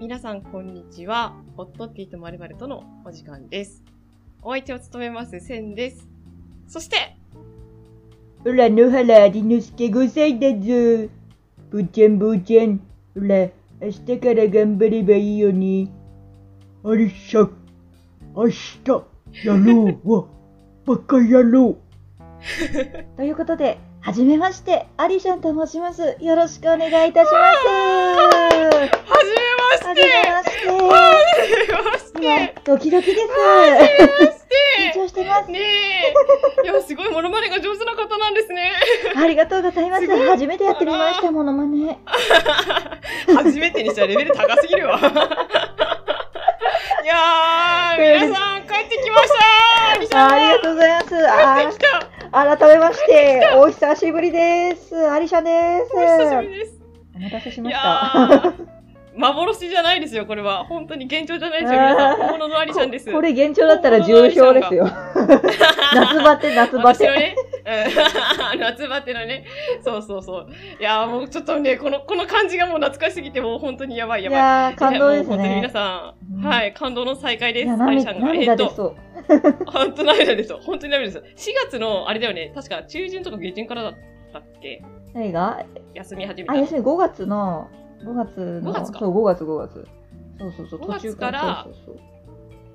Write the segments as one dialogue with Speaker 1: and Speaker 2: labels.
Speaker 1: 皆さんこんにちは。ホットティーとまるまるとのお時間です。お相手を務めます、センです。そして、
Speaker 2: 裏野原有之助5歳だぞ。ぶーちゃんぶーちゃん。ほら、明日から頑張ればいいよね。あれっしゃ、明日、やろうわ。バカ野郎。
Speaker 3: ということで、はじめまして、アリシャンと申します。よろしくお願いいたします。
Speaker 1: はじめま
Speaker 3: は
Speaker 1: し
Speaker 3: じめ
Speaker 1: て
Speaker 3: まして。
Speaker 1: はじめまして
Speaker 3: 今、ドキドキです。
Speaker 1: はじめまし
Speaker 3: 緊張してます
Speaker 1: て。ねえ。いや、すごいモノマネが上手な方なんですね。
Speaker 3: ありがとうございます。
Speaker 1: すごい
Speaker 3: 初めてやってみました、ものまね。
Speaker 1: 初めてにしたらレベル高すぎるわ。いやー、皆さん帰ってきましたリシャ
Speaker 3: あり
Speaker 1: ン
Speaker 3: がとうございます。
Speaker 1: 帰って
Speaker 3: あ
Speaker 1: きた
Speaker 3: 改めまして、お久しぶりです。アリシャンです。
Speaker 1: お久しぶりです。
Speaker 3: お待たせし
Speaker 1: い
Speaker 3: まし
Speaker 1: や
Speaker 3: た。
Speaker 1: ー、幻じゃないですよ、これは。本当に現状じゃないですよ、皆さん。本物のアリシャンです。
Speaker 3: これ現状だったら重症ですよ。夏 バテ、夏バ
Speaker 1: 私の
Speaker 3: テ。
Speaker 1: ね、うん 夏バテのね、そうそうそう。いやーもうちょっとね、この、この感じがもう懐かしすぎて、もう本当にやばい
Speaker 3: い
Speaker 1: やばい。
Speaker 3: やー、感動です
Speaker 1: いやもう本当に皆
Speaker 3: ね。
Speaker 1: さん、
Speaker 3: うん
Speaker 1: はい、感動の再会で
Speaker 3: い
Speaker 1: す。
Speaker 3: や、
Speaker 1: アリシ
Speaker 3: 涙
Speaker 1: ャンが。
Speaker 3: 涙
Speaker 1: え
Speaker 3: 出
Speaker 1: っと、
Speaker 3: そう。
Speaker 1: 本当涙です。本当に涙です。4月の、あれだよね、確か中旬とか下旬からだったっけ
Speaker 3: 何が
Speaker 1: 休み始めた
Speaker 3: あ、
Speaker 1: の。
Speaker 3: 休み5月の、5月
Speaker 1: 5
Speaker 3: の、
Speaker 1: 月か
Speaker 3: そう、5月5月。そうそうそう、
Speaker 1: 5
Speaker 3: 途
Speaker 1: 月
Speaker 3: 中
Speaker 1: か
Speaker 3: からら。そうそうそう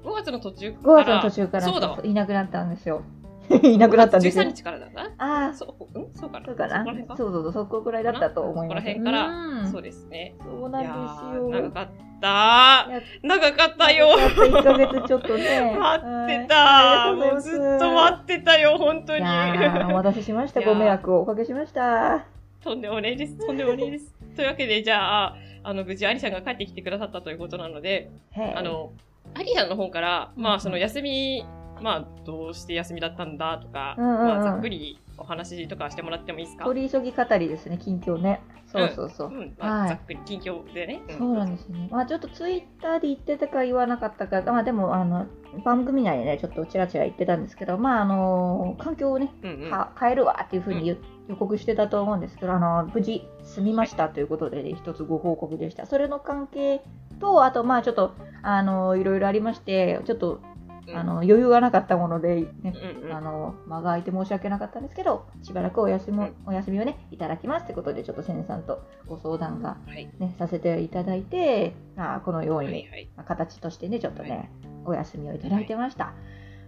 Speaker 1: 5月の途中か
Speaker 3: 5
Speaker 1: ら。
Speaker 3: 月の途中から、
Speaker 1: そうだ
Speaker 3: そ
Speaker 1: わ
Speaker 3: う。そういなくなったんですよ。 いなくなったんですよ
Speaker 1: 13。日からだな。
Speaker 3: ああ、そ
Speaker 1: そう、うんそうかな。
Speaker 3: うかな。
Speaker 1: こら辺か
Speaker 3: そうそうそう、そこぐらいだったと思
Speaker 1: そ
Speaker 3: います。
Speaker 1: こら辺から
Speaker 3: うん
Speaker 1: そうですね。
Speaker 3: そう
Speaker 1: いや
Speaker 3: なん
Speaker 1: ー
Speaker 3: ですよ
Speaker 1: 長。かった
Speaker 3: や
Speaker 1: ー。
Speaker 3: っ
Speaker 1: 長かったよ
Speaker 3: やっと1ヶ月ちょっと
Speaker 1: 待って
Speaker 3: ね。は
Speaker 1: たー。
Speaker 3: いありがとう
Speaker 1: も
Speaker 3: ご
Speaker 1: うず
Speaker 3: ざ
Speaker 1: っ
Speaker 3: います。
Speaker 1: と待ってたよ、本当
Speaker 3: い
Speaker 1: に。
Speaker 3: やーお待たせしました。
Speaker 1: いやー
Speaker 3: ご迷惑をおかけしました。
Speaker 1: とんでもねえです。とんでもねえ です。というわけで、じゃあ、あの、無事、アリさんが帰ってきてくださったということなので、
Speaker 3: へー
Speaker 1: あ、の、アリさんの方から、まあ、その休み、まあ、どうして休みだったんだとか、
Speaker 3: うんうんうん
Speaker 1: まあ、ざっくりお話とかしてもらってもいいですか
Speaker 3: 取り急ぎ語りですね、近況ね。そうそうそう
Speaker 1: う。ん、ま
Speaker 3: は
Speaker 1: あ、
Speaker 3: い
Speaker 1: ざっくり近況でね。
Speaker 3: そうなんですね。まあちょっとツイッターで言ってたか言わなかったか、まあでもあの番組内でね、ちょっとちらちら言ってたんですけど、まああの環境をね、
Speaker 1: うんうん。
Speaker 3: か変えるわっていうふうに言う予告してたと思うんですけど、あの無事済みましたということでね、一つご報告でした。それの関係と、あとまあちょっとあのいろいろありまして、ちょっと
Speaker 1: うん
Speaker 3: あの余裕がなかったもので、ね
Speaker 1: う、んうん
Speaker 3: あの間が空いて申し訳なかったんですけど、しばらくお休みもお休みをねいただきますということで、ちょっとせんさんとご相談が
Speaker 1: はい。
Speaker 3: ね、させていただいて、まあ、このよう
Speaker 1: はい
Speaker 3: に、
Speaker 1: はい。
Speaker 3: まあ形としてね、ちょっとね、
Speaker 1: は
Speaker 3: お休みをいただいてました。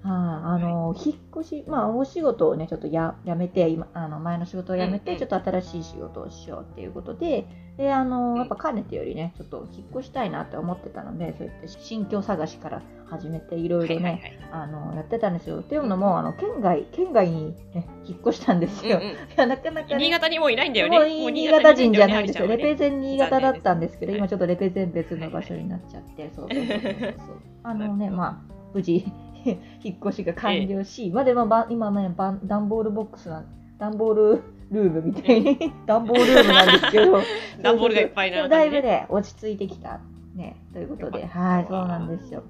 Speaker 3: あーあの引っ越し、まあ、お仕事をね、ちょっとややめて、今あの前の仕事をやめて、
Speaker 1: うんうん
Speaker 3: ちょっと新しい仕事をしようっていうことで、であの
Speaker 1: うん
Speaker 3: やっぱかねてよりね、ちょっと引っ越したいなって思ってたので、そうやって新居探しから始めて、いろいろ
Speaker 1: はい
Speaker 3: ね、あのやってたんですよ。っていうのも、あの県外県外に、ね、引っ越したんです
Speaker 1: はいは
Speaker 3: よ。
Speaker 1: いうんうん
Speaker 3: いやなかなかね
Speaker 1: 新潟にもういないんだよ
Speaker 3: もう
Speaker 1: ね。もう
Speaker 3: 新潟人じゃないんですよ。
Speaker 1: 新
Speaker 3: レ
Speaker 1: 潟に
Speaker 3: ペゼン新潟だったんですけど、
Speaker 1: はい
Speaker 3: 今ちょっとレペゼン別の場所になっちゃって、そうそうそうそうそう。あのね、まあ、無事、 引っ越しが完了し、まあでもば今ね、ばん段ボールボックスな、段ボールルームみたいに、段ボールルームなんですけ ど、
Speaker 1: い段ボールがいっぱいな
Speaker 3: でも
Speaker 1: 感
Speaker 3: だ
Speaker 1: じ
Speaker 3: い
Speaker 1: ね
Speaker 3: ぶね、落ち着いてきた。ね、ということで、
Speaker 1: よ
Speaker 3: はい、そうなんですよ。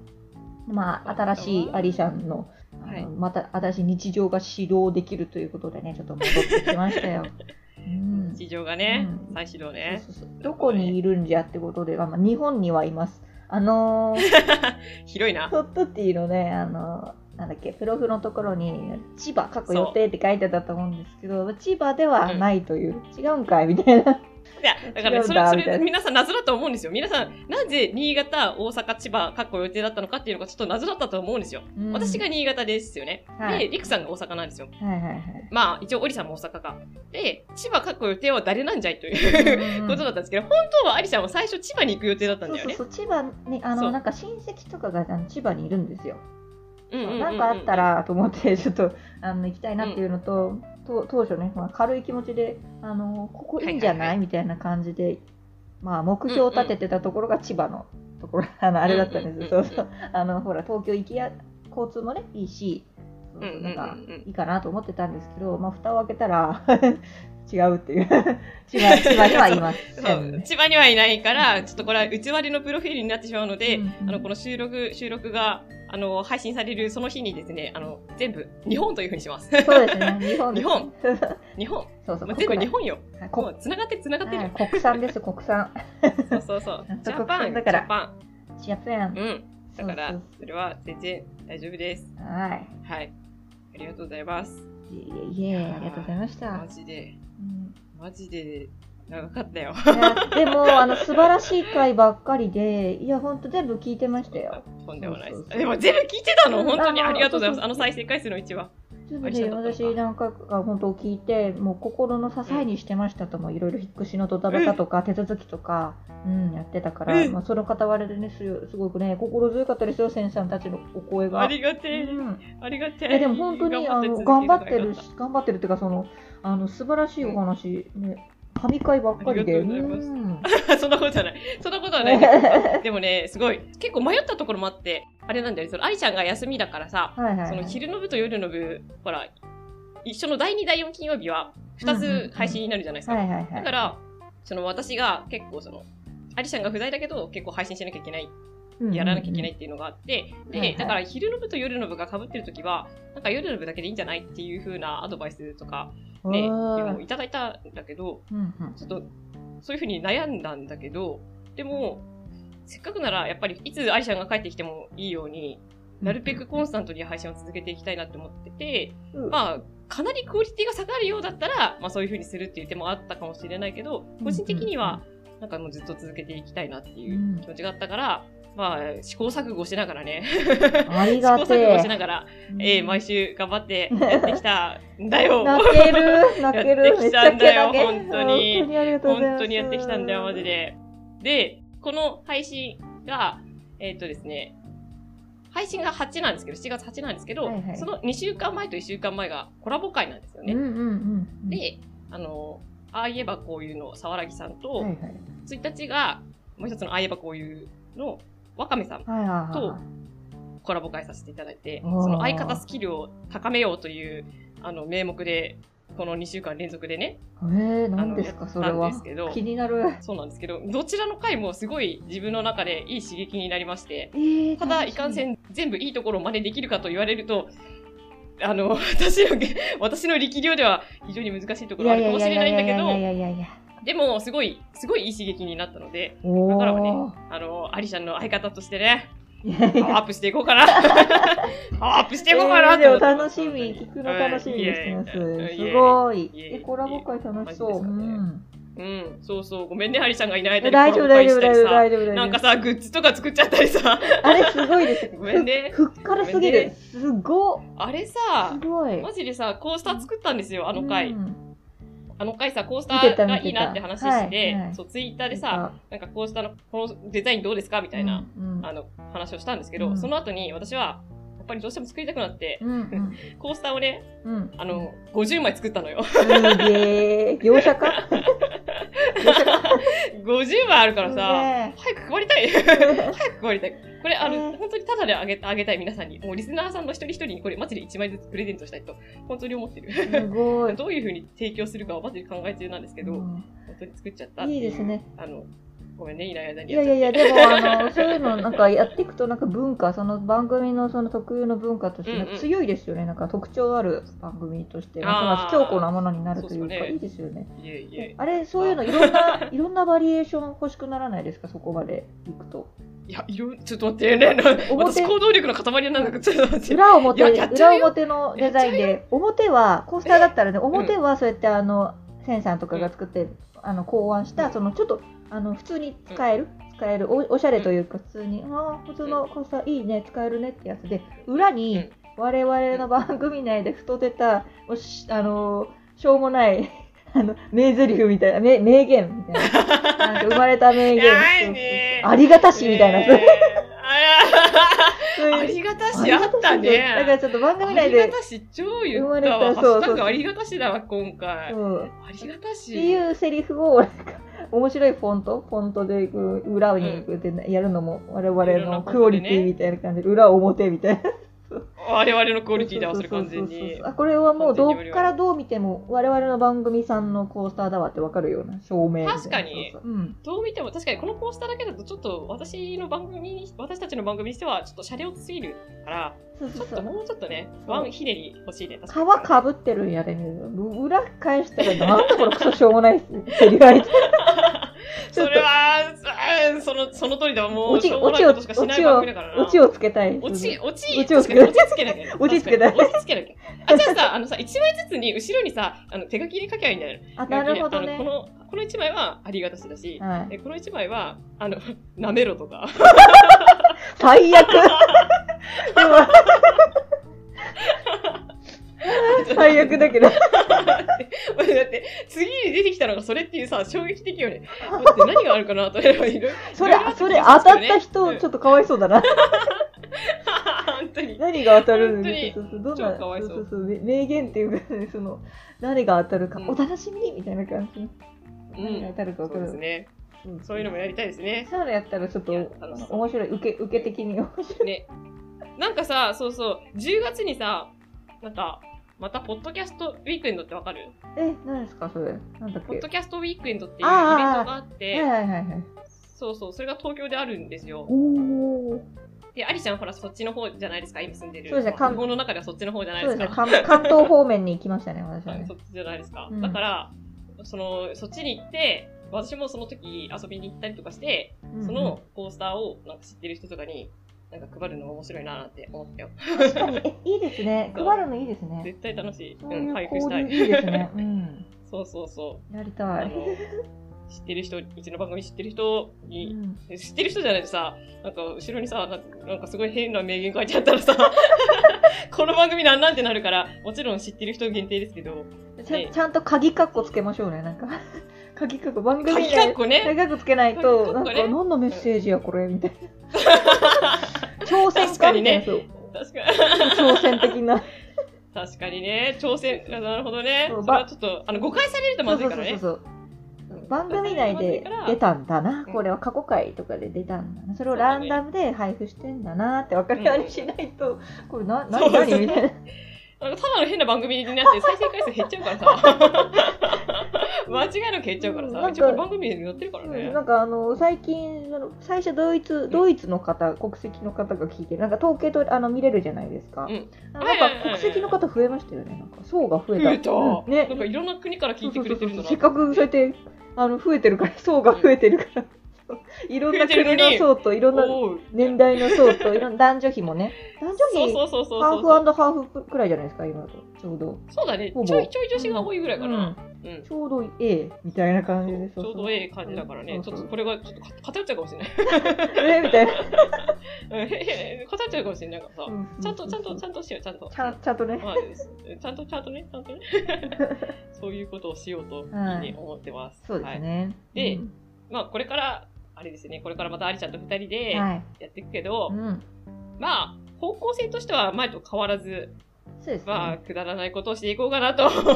Speaker 3: まあ、新しいアリシャンの、あの
Speaker 1: はい
Speaker 3: また新しい日常が始動できるということでね、ちょっと戻ってきました よ。うん
Speaker 1: 地上がね
Speaker 3: う、ん
Speaker 1: 再始動ね。
Speaker 3: そうそうそうどこにいるんじゃってことで、まあまあ、日本にはいます。あの ー、
Speaker 1: 広いな。
Speaker 3: ホットティーのね、あのーなんだっけ、プロフのところに、千葉、過去予定って書いてあったと思うんですけど、千葉ではないという、違うんかいみたいな。
Speaker 1: いや、だからね、
Speaker 3: 違うんだ
Speaker 1: それ、そ
Speaker 3: みた
Speaker 1: れ、
Speaker 3: いな
Speaker 1: 皆さん謎だと思うんですよ。皆さん、なぜ新潟、大阪、千葉、かっこ予定だったのかっていうのがちょっと謎だったと思うんですよ。
Speaker 3: うん
Speaker 1: 私が、新潟ですよね。
Speaker 3: はい
Speaker 1: で、りくさんが大阪なんですよ。
Speaker 3: はいはいはい。
Speaker 1: まあ、一応、おりさんも大阪か。で、千葉、かっこ予定は誰なんじゃいという
Speaker 3: うんう ん
Speaker 1: ことだったんですけど、本当はありさんは最初千葉に行く予定だったん
Speaker 3: そう
Speaker 1: だよ
Speaker 3: そう
Speaker 1: ね。
Speaker 3: そう、千葉に、あ
Speaker 1: そう
Speaker 3: の、なんか親戚とかがあの千葉にいるんですよ。
Speaker 1: うんうんうんうん
Speaker 3: なんかあったらと思って、ちょっとあの行きたいなっていうのと、と当初ね、まあ、軽い気持ちで、あのここいいんじゃない,、
Speaker 1: はいはいはい
Speaker 3: みたいな感じで、まあ、目標を立ててたところが千葉のところ、あのあれだったんで
Speaker 1: うんうん
Speaker 3: す、
Speaker 1: うんうん
Speaker 3: そうそうあのほら東京行きや交通もねいいし、そうそう
Speaker 1: うんうんう
Speaker 3: なん
Speaker 1: うん
Speaker 3: んかいいかなと思ってたんですけど、まあ、蓋を開けたら 違うっていう 千葉千葉にはいませ
Speaker 1: そ
Speaker 3: ん
Speaker 1: う
Speaker 3: ね。
Speaker 1: 千葉にはいないから、ちょっとこれは内割りのプロフィールになってしまうので、
Speaker 3: うんうん
Speaker 1: あの、この収録、収録が、あの、配信されるその日にですね、あの、全部、日本というふうにします。
Speaker 3: そうですね。日本です。
Speaker 1: 日本 日本。
Speaker 3: そうそう。
Speaker 1: もう全部
Speaker 3: 国内
Speaker 1: 日本よ。
Speaker 3: はいこ
Speaker 1: もう、繋がってる繋がってる
Speaker 3: は
Speaker 1: よ
Speaker 3: い。国産です、国産。
Speaker 1: そうそう そう。ジャパン、ジ
Speaker 3: だから
Speaker 1: ャパ
Speaker 3: ジャパン
Speaker 1: ン。。うん。だか
Speaker 3: そ
Speaker 1: ら
Speaker 3: う、
Speaker 1: それは全然大丈夫です。
Speaker 3: そうは
Speaker 1: はい。ありがとうございます。
Speaker 3: い。いえいえいえ、ありがとうございました。
Speaker 1: マジで、
Speaker 3: うん
Speaker 1: マジで、長かったよ。
Speaker 3: ねでも、あの、素晴らしい回ばっかりで、いや、ほんと全部聞いてましたよ。
Speaker 1: とんでもないで
Speaker 3: そう
Speaker 1: す。
Speaker 3: そうそう
Speaker 1: でも全部聞いてたの
Speaker 3: うん
Speaker 1: 本当に
Speaker 3: あの
Speaker 1: ありがとうございます。
Speaker 3: そうそう
Speaker 1: あの再生回数の1は。
Speaker 3: ちょっと
Speaker 1: あり
Speaker 3: ね、
Speaker 1: がとうございます
Speaker 3: 私なんかが本当聞いて、もう心の支えにしてましたとも、いろいろ引っ越しのドタバタとか、手続きとか、うん、やってたから、
Speaker 1: うん
Speaker 3: まあ、その傍らでね、すすごくね、心強かったですよ、先生さんたちのお声が。
Speaker 1: ありが
Speaker 3: う
Speaker 1: てえ。
Speaker 3: ん、
Speaker 1: ありがて
Speaker 3: え
Speaker 1: え。
Speaker 3: でも本当にあの頑張ってるし頑張ってるっていうかそのあの素晴らしいお話、ね、神回ばっかりで
Speaker 1: ありがとうございます
Speaker 3: うん
Speaker 1: る。 そんなことはない。そんなことはない んだけど。でもね、すごい。結構迷ったところもあって、あれなんだよね。その愛ちゃんが休みだからさ、
Speaker 3: はいはいはい
Speaker 1: その昼の部と夜の部、ほら、一緒の第2、第4金曜日は、2
Speaker 3: うんうんうん
Speaker 1: つ配信になるじゃないですか。
Speaker 3: はいはいはい
Speaker 1: だから、その私が結構その、アリシャンが不在だけど、結構配信しなきゃいけない、やらなきゃいけないっていうのがあって、
Speaker 3: はいは
Speaker 1: で
Speaker 3: い、
Speaker 1: だから昼の部と夜の部が被ってるときは、なんか夜の部だけでいいんじゃないっていう風なアドバイスとか、
Speaker 3: うんうん
Speaker 1: ね、いううんのをいただいたんだけど、
Speaker 3: うんうん
Speaker 1: ちょっと、そういう風に悩んだんだけど、でも、せっかくなら、やっぱり、いつアリシャンが帰ってきてもいいように、なるべくコンスタントに配信を続けていきたいなって思ってて、
Speaker 3: うん
Speaker 1: まあ、かなりクオリティが下がるようだったら、まあそういう風にするっていう手もあったかもしれないけど、個人的には、なんかもうずっと続けていきたいなっていう気持ちがあったから、まあ、試行錯誤しながらね、
Speaker 3: あ
Speaker 1: 試
Speaker 3: り
Speaker 1: 行
Speaker 3: がて
Speaker 1: 錯誤し
Speaker 3: え
Speaker 1: ながら、えー毎週頑張ってやってきたんだよ。
Speaker 3: 泣け る泣け
Speaker 1: やっ
Speaker 3: る
Speaker 1: て
Speaker 3: めっ
Speaker 1: き
Speaker 3: ち
Speaker 1: た
Speaker 3: ゃ
Speaker 1: んだよ
Speaker 3: け
Speaker 1: 本当に
Speaker 3: 本当にありがとうございま
Speaker 1: 本
Speaker 3: す
Speaker 1: 当にやってきたんだよ、マジで。で、この配信が、えーっ、とですね、配信が8なんですけど、7月8なんですけど、
Speaker 3: はいはい
Speaker 1: その2週間前と1週間前がコラボ会なんですよ
Speaker 3: うん
Speaker 1: ね。
Speaker 3: うんうん
Speaker 1: で、あの、ああ言えばこういうの、沢良木さん
Speaker 3: はいは
Speaker 1: と、
Speaker 3: いはい
Speaker 1: 1日が、もう一つのああ言えばこういうの、わかめさん、
Speaker 3: はいはい
Speaker 1: とコラボ会させていただいて、
Speaker 3: おー
Speaker 1: その相方スキルを高めようという、あの、名目で、この2週間連続でね、
Speaker 3: えー、何ですか
Speaker 1: あの
Speaker 3: それ
Speaker 1: な
Speaker 3: は
Speaker 1: んですけど
Speaker 3: 気になる
Speaker 1: そうなんですけど、どちらの回もすごい自分の中でいい刺激になりまして、
Speaker 3: えー、
Speaker 1: ただ、いかんせん全部いいところを真似できるかと言われると、あの、 私の、私の力量では非常に難しいとこ
Speaker 3: い
Speaker 1: ろは
Speaker 3: や
Speaker 1: あるか
Speaker 3: いやい
Speaker 1: もし
Speaker 3: や
Speaker 1: れ
Speaker 3: い
Speaker 1: な
Speaker 3: や
Speaker 1: いんだ
Speaker 3: い
Speaker 1: け
Speaker 3: やい
Speaker 1: ど、
Speaker 3: やいやいや
Speaker 1: でも、すごい、すごいいい刺激になったので、
Speaker 3: おー
Speaker 1: だからはねあの、アリシャンの相方として ね、
Speaker 3: いやい
Speaker 1: パ
Speaker 3: や
Speaker 1: ワーアップしていこうか な。パワーアップしていこうかな
Speaker 3: えーで
Speaker 1: と思
Speaker 3: も
Speaker 1: ってま
Speaker 3: 楽
Speaker 1: す
Speaker 3: しみ、聞くの楽しみにしてます。
Speaker 1: はいいやいやいや
Speaker 3: すごい。
Speaker 1: いやいや
Speaker 3: え、コラボ会楽しそう。
Speaker 1: マジです
Speaker 3: う
Speaker 1: か
Speaker 3: ん、
Speaker 1: うん、そうそう、ごめんね、アリシャンがいない間
Speaker 3: え
Speaker 1: に
Speaker 3: 大丈夫、大丈夫、
Speaker 1: コラ
Speaker 3: 大
Speaker 1: ボ会したりさ
Speaker 3: 丈夫、大丈夫。大丈夫
Speaker 1: なんかさ、グッズとか作っちゃったりさ、
Speaker 3: あれすごいです。
Speaker 1: ごめんね
Speaker 3: ふふっからすぎ
Speaker 1: ご
Speaker 3: る。
Speaker 1: めんね
Speaker 3: すご
Speaker 1: あれ
Speaker 3: す
Speaker 1: さ、
Speaker 3: ごい。
Speaker 1: マジでさ、コースター作ったんですよ、あの回。
Speaker 3: うん
Speaker 1: あの回さ、コースタ
Speaker 3: 見て
Speaker 1: ー
Speaker 3: た
Speaker 1: が
Speaker 3: 見てた
Speaker 1: いいなって話して、
Speaker 3: はいはい
Speaker 1: そう、ツイッターでさ、、なんかコースターのこのデザインどうですかみたいな、
Speaker 3: うん。うん
Speaker 1: あの、話をしたんですけど、
Speaker 3: うん
Speaker 1: その後に私は、やっぱりどうしても作りたくなって、
Speaker 3: うん。
Speaker 1: コースターをね、
Speaker 3: うんうん。
Speaker 1: あの、50枚作ったのよ。
Speaker 3: すげえ。業者か
Speaker 1: 50枚あるからさ、早く配りた い早く配りたい。これ、あの、
Speaker 3: ね
Speaker 1: 本当にタダであげあげたい皆さんに、もうリスナーさんの一人一人にこれ、マジで1枚ずつプレゼントしたいと、本当に思って
Speaker 3: すげえす
Speaker 1: る。
Speaker 3: ごい。
Speaker 1: どういうふうに提供するかはマジで考え中なんですけど、
Speaker 3: う
Speaker 1: 本
Speaker 3: ん
Speaker 1: 当に作っちゃったってう
Speaker 3: いいですね。
Speaker 1: あの、ごめんね、いない間に
Speaker 3: い
Speaker 1: や
Speaker 3: や
Speaker 1: っ
Speaker 3: い
Speaker 1: ちゃ
Speaker 3: や
Speaker 1: っ
Speaker 3: い
Speaker 1: て。
Speaker 3: や、でもあの、 そういうのなんかやっていくとなんか文化、その番組のその特有の文化としてな
Speaker 1: う
Speaker 3: ん
Speaker 1: んう
Speaker 3: か
Speaker 1: ん
Speaker 3: 強いですよね。なんか特徴ある番組として、
Speaker 1: あー
Speaker 3: ますます強固なものになるというか、
Speaker 1: そうっすね
Speaker 3: いいですよね。
Speaker 1: いえいえ。
Speaker 3: あれ、そういうのいろんな、いろんなバリエーション欲しくならないですか、そこまで行くと。
Speaker 1: いや、いろ、ちょっと待って、ね、な私行動力の塊なんだけど、ちょっと待って。
Speaker 3: 裏
Speaker 1: いや
Speaker 3: 表、
Speaker 1: やっちゃう
Speaker 3: 裏
Speaker 1: よ
Speaker 3: 表のデザインで、表は、コースターだったらね、表はそうやってあの、センさんとかが作って、あの、考案した、その、ちょっと、あの、普通に使える、使えるお、おしゃれというか、普通に、ああ、普通のコースターいいね、使えるねってやつで、裏
Speaker 1: う
Speaker 3: に
Speaker 1: ん、
Speaker 3: 我々の番組内で太ってた、おしあの、しょうもない、あの、名台詞みたいな、名名言みたいな、なんか生まれた名言、
Speaker 1: ないね
Speaker 3: ありがたしみたいな、
Speaker 1: ねえあら
Speaker 3: そう
Speaker 1: あ
Speaker 3: いう。
Speaker 1: りがたしあったね。
Speaker 3: だからちょっと番組
Speaker 1: あ
Speaker 3: 内
Speaker 1: りが
Speaker 3: で、
Speaker 1: たし超言った
Speaker 3: 生ま
Speaker 1: わ。
Speaker 3: れ
Speaker 1: ハ
Speaker 3: た
Speaker 1: ッシュ
Speaker 3: そうそう
Speaker 1: タグありがたしだわ、今回。
Speaker 3: そう。
Speaker 1: ありがたし。
Speaker 3: っていうセリフをなんか面白いフォントフォントでこう裏にこうやってやるのも我々のクオリティみたいな感じで裏表みたいな
Speaker 1: 我々のクオリティだわ、それ完全
Speaker 3: そうそうそう
Speaker 1: に
Speaker 3: そう。あこれはもうど
Speaker 1: 完全に
Speaker 3: っからどう見ても我々の番組さんのコースターだわってわかるような証明みたいな
Speaker 1: 確かに
Speaker 3: そうそううん
Speaker 1: どう見ても確かにこのコースターだけだとちょっと私の番組に、私たちの番組にしてはちょっと車両すぎるから、
Speaker 3: そう
Speaker 1: ち
Speaker 3: そ
Speaker 1: ょ
Speaker 3: う
Speaker 1: っ
Speaker 3: そ
Speaker 1: と
Speaker 3: う
Speaker 1: もうちょっとね、ワンひねり欲しいね。確か
Speaker 3: 皮
Speaker 1: に
Speaker 3: かぶってるんやで、ね、裏返したらなんだこれクソしょうもないっすって言われてちょ
Speaker 1: そ
Speaker 3: っ
Speaker 1: れは、うんその、その通りだわ、もう、
Speaker 3: オチ
Speaker 1: しょうもないことしかしない番組だからな。
Speaker 3: オチをつけたい
Speaker 1: 落ち、落ち、
Speaker 3: オチをつけ
Speaker 1: 確かに落ちつけな きゃ。
Speaker 3: オチつけたい
Speaker 1: 確かに落ちつけなきゃ。あ、じゃあさ、あ のさ、一枚ずつに後ろにさ、あの手書きで書きゃいいんだよ。
Speaker 3: あなるほど
Speaker 1: あ
Speaker 3: ね
Speaker 1: のこの、この一枚はありがたしだし、
Speaker 3: はい、
Speaker 1: えこの一枚は、あの、 なめろとか。
Speaker 3: 最 悪うわ 最 悪だけど
Speaker 1: だって、次に出てきたのがそれっていうさ、衝撃的よね。待って、何があるかなと思えばいる。
Speaker 3: それそれ当たった人ちょっとかわいそうだな
Speaker 1: 本当に。
Speaker 3: 何が当たるのそうそうどん
Speaker 1: 超かわ
Speaker 3: ない
Speaker 1: そ
Speaker 3: そううそうそうめ名言っていうか、ね、その何が当たるか、
Speaker 1: うん
Speaker 3: お楽しみみたいな感じ、
Speaker 1: う
Speaker 3: 何が当
Speaker 1: ん。
Speaker 3: たるか
Speaker 1: そ
Speaker 3: わか
Speaker 1: う
Speaker 3: る
Speaker 1: ですね。
Speaker 3: うん
Speaker 1: そういうのもやりたいですね。
Speaker 3: そういうのやったらちょっと
Speaker 1: いや楽しそう
Speaker 3: 面白い受け受け的に面白い
Speaker 1: ね。なんかさ、そうそう、10月にさ、なんか、また、ポッドキャストウィークエンドってわかる
Speaker 3: え何ですかそれなんだっ
Speaker 1: ポッド
Speaker 3: け
Speaker 1: キャストウィークエンドっていうイベント
Speaker 3: あー
Speaker 1: があっ
Speaker 3: はい
Speaker 1: て、
Speaker 3: はいはいはい
Speaker 1: そうそう、それが東京であるんですよ。
Speaker 3: おお
Speaker 1: で、ありちゃん、ほら、そっちの方じゃないですか、今住んでる。
Speaker 3: そうですね
Speaker 1: まあ
Speaker 3: 関
Speaker 1: 日本の中ではそっちの方じゃない
Speaker 3: そう
Speaker 1: で
Speaker 3: ですすね
Speaker 1: か。
Speaker 3: 関関東方面に行きましたね私は
Speaker 1: はい
Speaker 3: ね
Speaker 1: そっちじゃないですか。
Speaker 3: うん
Speaker 1: だから、その、そっちに行って、私もその時遊びに行ったりとかして、
Speaker 3: うん
Speaker 1: そのコースターをなんか知ってる人とかに、なんか配るのも面白いなーって思ったよ。
Speaker 3: 確かにえいいですね
Speaker 1: そう
Speaker 3: 配るのいいですね
Speaker 1: 絶対楽しい。
Speaker 3: そう
Speaker 1: う
Speaker 3: い
Speaker 1: ん、
Speaker 3: う
Speaker 1: 配布した
Speaker 3: 交
Speaker 1: い。
Speaker 3: 流いいですね、 うん、
Speaker 1: そうそうそ
Speaker 3: やり
Speaker 1: う。
Speaker 3: た
Speaker 1: あ
Speaker 3: い、
Speaker 1: の、知ってる人、うちの番組知ってる人
Speaker 3: う
Speaker 1: に、
Speaker 3: ん、
Speaker 1: 知ってる人じゃないとさ、なんか後ろにさ、なんかなんかすごい変な名言書いてあった らさ、この番組なんなんてなるから、もちろん知ってる人限定ですけど、
Speaker 3: ちゃ
Speaker 1: ね
Speaker 3: んちゃんと鍵カッコつけましょうねなんか 鍵カッコ番組
Speaker 1: 鍵
Speaker 3: 内
Speaker 1: かっこね。
Speaker 3: 鍵カッコつけないと、
Speaker 1: 鍵カ
Speaker 3: な
Speaker 1: ッ
Speaker 3: ん
Speaker 1: コ
Speaker 3: か
Speaker 1: ね
Speaker 3: 何のメッセージやこれみたい な挑戦
Speaker 1: 確かに
Speaker 3: みた
Speaker 1: ね
Speaker 3: いなそう
Speaker 1: 確か
Speaker 3: 挑戦的な
Speaker 1: 確かにね、挑戦、あなるほどね。
Speaker 3: そう
Speaker 1: それはちょっと、あの、誤解されると まずいから
Speaker 3: そう
Speaker 1: ね。
Speaker 3: そうそうそう番組内で出たんだな、これは過去回とかで出たんだな、それをランダムで配布してんだなって分かるようにしないと、これな、
Speaker 1: そう
Speaker 3: 何、
Speaker 1: そう
Speaker 3: 何みたいな。
Speaker 1: なんかただの変な番組になって、再生回数減っちゃうから さ。間違いなく減っちゃうから
Speaker 3: うんな
Speaker 1: さ。
Speaker 3: んか
Speaker 1: 一応これ番組でやってるから
Speaker 3: うん
Speaker 1: ね
Speaker 3: な。んかあの最近その最初ドイツドイツの方国籍の方が聞いてなんか統計とあの見れるじゃないですか、
Speaker 1: うん
Speaker 3: なんか
Speaker 1: はいはいはいはい
Speaker 3: 国籍の方増えましたよねなんか層が増えた
Speaker 1: 増えた。
Speaker 3: うん
Speaker 1: なんか
Speaker 3: ね
Speaker 1: いろんな国から聞いてくれてるんだな
Speaker 3: せっ。かくそうやってあの増えてるから層が増えてるから、いろんな国の層といろんな
Speaker 1: おう
Speaker 3: 年代の層といろんな男女比もね男女比
Speaker 1: そうそうそう
Speaker 3: ハ
Speaker 1: そ
Speaker 3: ー
Speaker 1: うそう。
Speaker 3: フハーフくらいじゃないですか今だとちょうど
Speaker 1: そうだね
Speaker 3: ほ。ぼ
Speaker 1: ちょいちょい女子が多いぐらいかな。うん
Speaker 3: うんちょうど A みたいな感じで
Speaker 1: ちょうどええ感じだからね。ち
Speaker 3: そ
Speaker 1: ょ
Speaker 3: う
Speaker 1: っ
Speaker 3: そう
Speaker 1: とこれがちょっと偏っちゃうかもしれない。
Speaker 3: えみたいな、
Speaker 1: うん偏っちゃうかもしれないからさ
Speaker 3: う。う
Speaker 1: ちゃんと、ちゃんと、ち
Speaker 3: ち
Speaker 1: ゃんとしよう、ちゃんと。
Speaker 3: ゃんちゃんとね
Speaker 1: まあ、ちゃんとちゃんとね、ちゃん とね。そういうことをしようと、
Speaker 3: はい
Speaker 1: いいね思ってます。
Speaker 3: そうです
Speaker 1: はい。
Speaker 3: ね。
Speaker 1: でまあ、これから、あれですね、これからまたアリちゃんと二人
Speaker 3: うん
Speaker 1: でや
Speaker 3: はい。
Speaker 1: っていくけど
Speaker 3: う、ん。
Speaker 1: まあ、方向性としては前と変わらず、
Speaker 3: そうです
Speaker 1: まあ、
Speaker 3: ね。
Speaker 1: くだらないことをしていこうかなと。く
Speaker 3: そう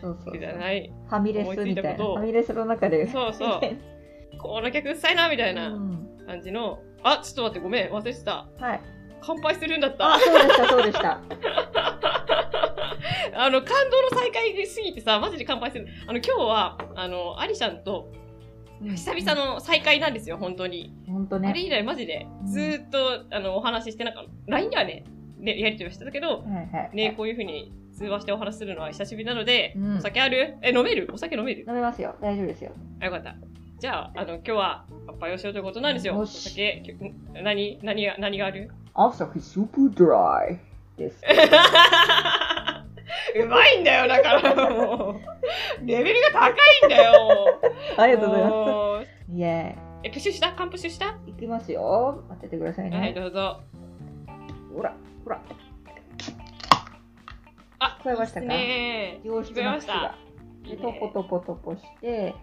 Speaker 3: そうそう。
Speaker 1: だら
Speaker 3: フ
Speaker 1: ない。
Speaker 3: ァミレスみたい
Speaker 1: 思いついた
Speaker 3: な。
Speaker 1: こ
Speaker 3: フ
Speaker 1: とを
Speaker 3: ァミレスの中で。
Speaker 1: そう そう
Speaker 3: み
Speaker 1: この客うっさいな、みた
Speaker 3: た
Speaker 1: い
Speaker 3: なう
Speaker 1: なん感じの。あ、ちょっと待って、ごめん、忘れてた。
Speaker 3: はい。
Speaker 1: 乾杯するんだった
Speaker 3: あ、。そうでした、そうで した。
Speaker 1: あの、感動の再会すぎてさ、マジで乾杯する。あの、今日は、あの、アリちゃんと久々
Speaker 3: の。
Speaker 1: の再会なんですよ、本当に。
Speaker 3: 本当
Speaker 1: あれ
Speaker 3: ね。
Speaker 1: 以来マジでずーっと、あのお話ししてなんかった LINE ではねねやり取りはしてたけど
Speaker 3: はいはい。
Speaker 1: ねこういうふうに通話してお話しするのは久しぶりなので、
Speaker 3: うん
Speaker 1: お酒あるえ飲めるお酒飲める
Speaker 3: 飲めますよ。大丈夫ですよ。
Speaker 1: あよかったじゃああの今日は乾杯をしようということなんですよ
Speaker 3: よ
Speaker 1: お
Speaker 3: し
Speaker 1: 酒きゅん何何が何があ る
Speaker 3: 朝日スーパードライです。
Speaker 1: うまいんだよだからも うレベルが高いんだよ
Speaker 3: あ
Speaker 1: あ
Speaker 3: りがとうございま。
Speaker 1: ます
Speaker 3: イエ
Speaker 1: えプシュしたカンプシュした、
Speaker 3: ーイ。いきますよ。待っててください
Speaker 1: はい
Speaker 3: ね。
Speaker 1: どうぞ
Speaker 3: ほら、ほら。
Speaker 1: あ
Speaker 3: 聞こえましたか
Speaker 1: ね
Speaker 3: 良質な口が。
Speaker 1: えいい
Speaker 3: で
Speaker 1: ね
Speaker 3: トポトポトポして。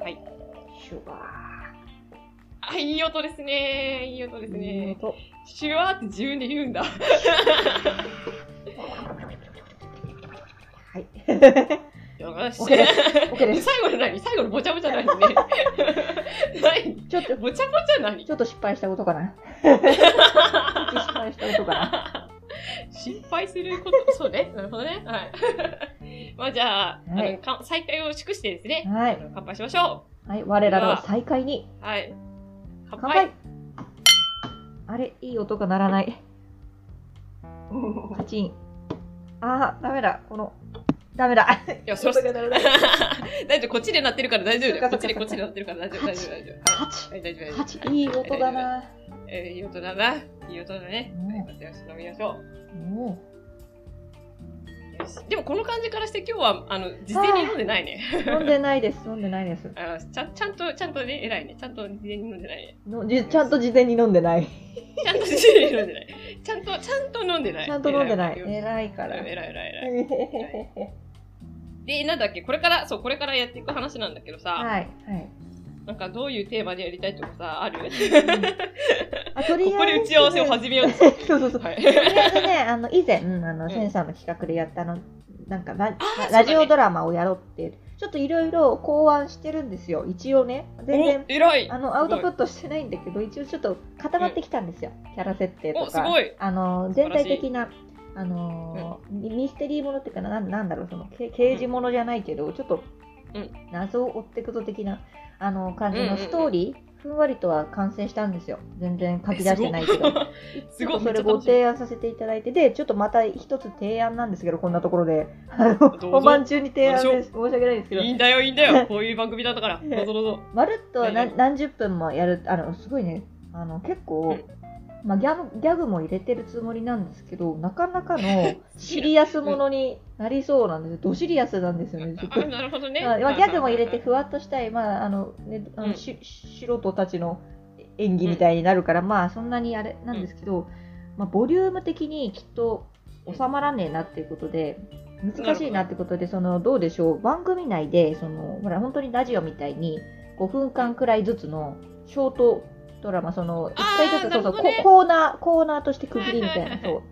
Speaker 1: はい。
Speaker 3: シュワ
Speaker 1: あいい音ですねいい音で
Speaker 3: ー。
Speaker 1: すね
Speaker 3: と。
Speaker 1: シュワーって自分で言うんだ。
Speaker 3: はい。
Speaker 1: よし。
Speaker 3: OK です OK です。
Speaker 1: 最後の何最後のぼちゃぼちゃ何 ね。何
Speaker 3: ちょっと、
Speaker 1: ぼちゃぼちゃ何
Speaker 3: ちょっと失敗したことかな。失敗したことかな。
Speaker 1: 心配すること、そうね。 なるほどね。はい。 まあじゃあ、
Speaker 3: は
Speaker 1: あの
Speaker 3: い
Speaker 1: か再会を祝してですね、
Speaker 3: はい。
Speaker 1: 乾杯しましょ
Speaker 3: はい。我らの再会に
Speaker 1: う。はい。乾
Speaker 3: 乾
Speaker 1: 杯
Speaker 3: 杯あれ、いい音が鳴らない。パチン。あー、ダメだ。この、ダメだ。
Speaker 1: いや、そうっす。
Speaker 3: 音が鳴らない。
Speaker 1: 大丈夫、こっちで鳴ってるから大丈夫だ
Speaker 3: そっ
Speaker 1: よ。こ
Speaker 3: か
Speaker 1: っちで
Speaker 3: そ
Speaker 1: こ
Speaker 3: っ
Speaker 1: っ
Speaker 3: か
Speaker 1: ちで鳴ってるから大丈夫、大丈夫、大丈夫。
Speaker 3: パチ。
Speaker 1: はい、大丈夫、
Speaker 3: パ
Speaker 1: 大
Speaker 3: チ
Speaker 1: 丈。夫。
Speaker 3: いい音だな。
Speaker 1: えー、いい音だな。いい音だね。
Speaker 3: うん
Speaker 1: はいまたよし、飲みましょう。
Speaker 3: おー
Speaker 1: よしでもこの感じからして今日は、あの、事前に飲んでないね。
Speaker 3: 飲んでないです。飲んでないです。
Speaker 1: あのちゃんちゃんと、ちゃんとね、偉いね。ちゃんと事前に飲んでないね。
Speaker 3: のじちゃんと事前に飲んでない。
Speaker 1: ちゃんと事前に飲んでない。ちゃんと、ちゃんと飲んでない。
Speaker 3: ちゃんと飲んでない。
Speaker 1: 偉い
Speaker 3: 偉いから。
Speaker 1: 偉い偉い偉い。
Speaker 3: はい。
Speaker 1: で、なんだっけ、これから、そう、これからやっていく話なんだけどさ、
Speaker 3: はい。
Speaker 1: なんかどういうテーマでやりたいとかさ、ある
Speaker 3: あとりあ
Speaker 1: こ
Speaker 3: えず。
Speaker 1: こで打ち合わせを始めようと。
Speaker 3: そうそうそう。と
Speaker 1: はい。
Speaker 3: りあえずね、あの、以前、あ
Speaker 1: うん
Speaker 3: の、センさんの企画でやったあの、なんかラ、
Speaker 1: あー
Speaker 3: ラ
Speaker 1: そう
Speaker 3: ジ
Speaker 1: だね
Speaker 3: オドラマをやろうって、ちょっといろいろ考案してるんですよ。一応ね、全然、
Speaker 1: お偉い
Speaker 3: あの、アウトプットしてないんだけど、一応ちょっと固まってきたんですよ。キャラ設定と
Speaker 1: お、す
Speaker 3: か。
Speaker 1: ごい
Speaker 3: あの、全体的な、あのー、ミミステリーものっていうかな、なんなんだろう、その、け刑事ものじゃないけど、ちょっと
Speaker 1: うん、
Speaker 3: 謎を追っていくと的な、あの、感じ
Speaker 1: うんうんう
Speaker 3: の
Speaker 1: ん
Speaker 3: ストーリー、ふんわりとは完成したんですよ。全然書き出してないけど。
Speaker 1: すごい
Speaker 3: ちょっとそ
Speaker 1: めっちゃ楽し
Speaker 3: れ
Speaker 1: み
Speaker 3: ご提案させていただいて、で、ちょっとまた一つ提案なんですけど、こんなところで。あの、
Speaker 1: ぞ
Speaker 3: 本番中に提案
Speaker 1: どうで
Speaker 3: で申し訳ないですけど
Speaker 1: いい、んだよ、いいんだ よ。こういう番組だったから。どうぞどうぞ。
Speaker 3: まるっと
Speaker 1: え
Speaker 3: 何,、
Speaker 1: え
Speaker 3: 何十分もやるあのすごいねあの結構、まあ、ギャグギャグも入れてるつもりなんですけどなか なかのシリアスものになりそうなんですよドシリアスなんですよねちょっ
Speaker 1: あ、
Speaker 3: と。
Speaker 1: なるほどね。
Speaker 3: まあまあギャグも入れてふ
Speaker 1: わ
Speaker 3: わっとしたい、まああのね、あ
Speaker 1: うん
Speaker 3: のし素人たちの演技みたいになるから、まあそんなにあれなんですけど、まあ、ボリューム的にきっと収まらねえなっていうことで難しいなってことでそのどうでしょう番組内でそのほら本当にラジオみたいに5分間くらいずつのショートドラマその
Speaker 1: あー
Speaker 3: 1回ず
Speaker 1: な
Speaker 3: つそ
Speaker 1: る
Speaker 3: う
Speaker 1: ほど
Speaker 3: そうコ
Speaker 1: ね
Speaker 3: コーナーコーナーとして区切りみたい
Speaker 1: はいは
Speaker 3: な
Speaker 1: はい
Speaker 3: いそう